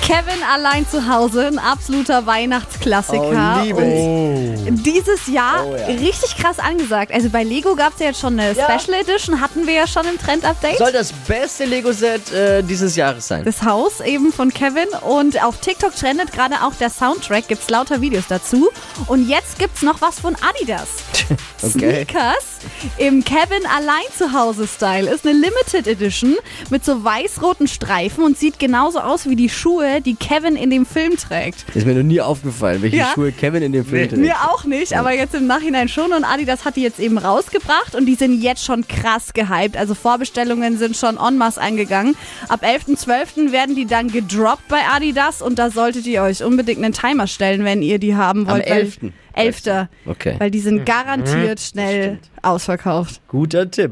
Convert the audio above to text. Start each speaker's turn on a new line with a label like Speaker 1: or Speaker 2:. Speaker 1: Kevin allein zu Hause, ein absoluter Weihnachtsklassiker.
Speaker 2: Oh, liebe
Speaker 1: Und dieses Jahr
Speaker 2: Oh, ja.
Speaker 1: richtig krass angesagt. Also bei Lego gab es ja jetzt schon eine
Speaker 2: Ja.
Speaker 1: Special Edition, hatten wir ja schon im Trend-Update.
Speaker 2: Soll das beste Lego-Set äh, dieses Jahres sein.
Speaker 1: das Haus eben von Kevin und auf TikTok trendet gerade auch der Soundtrack, gibt es lauter Videos dazu. Und jetzt gibt es noch was von Adidas.
Speaker 2: Okay.
Speaker 1: Sneakers im Kevin allein zu Hause Style. Ist eine Limited Edition mit so weiß-roten Streifen und sieht genauso aus wie die Schuhe, die Kevin in dem Film trägt.
Speaker 2: Ist mir noch nie aufgefallen, welche
Speaker 1: Ja.
Speaker 2: Schuhe Kevin in dem Film trägt.
Speaker 1: Mir auch nicht, aber jetzt im Nachhinein schon. Und Adidas hat die jetzt eben rausgebracht und die sind jetzt schon krass gehypt. Also Vorbestellungen sind schon en masse eingegangen. Ab 11.12. werden die dann gedroppt bei Adidas und da solltet ihr euch unbedingt einen Timer stellen, wenn ihr die haben wollt. weil-
Speaker 2: 11..
Speaker 1: 11.
Speaker 2: Okay.
Speaker 1: Weil die sind garantiert schnell ausverkauft.
Speaker 2: Guter Tipp.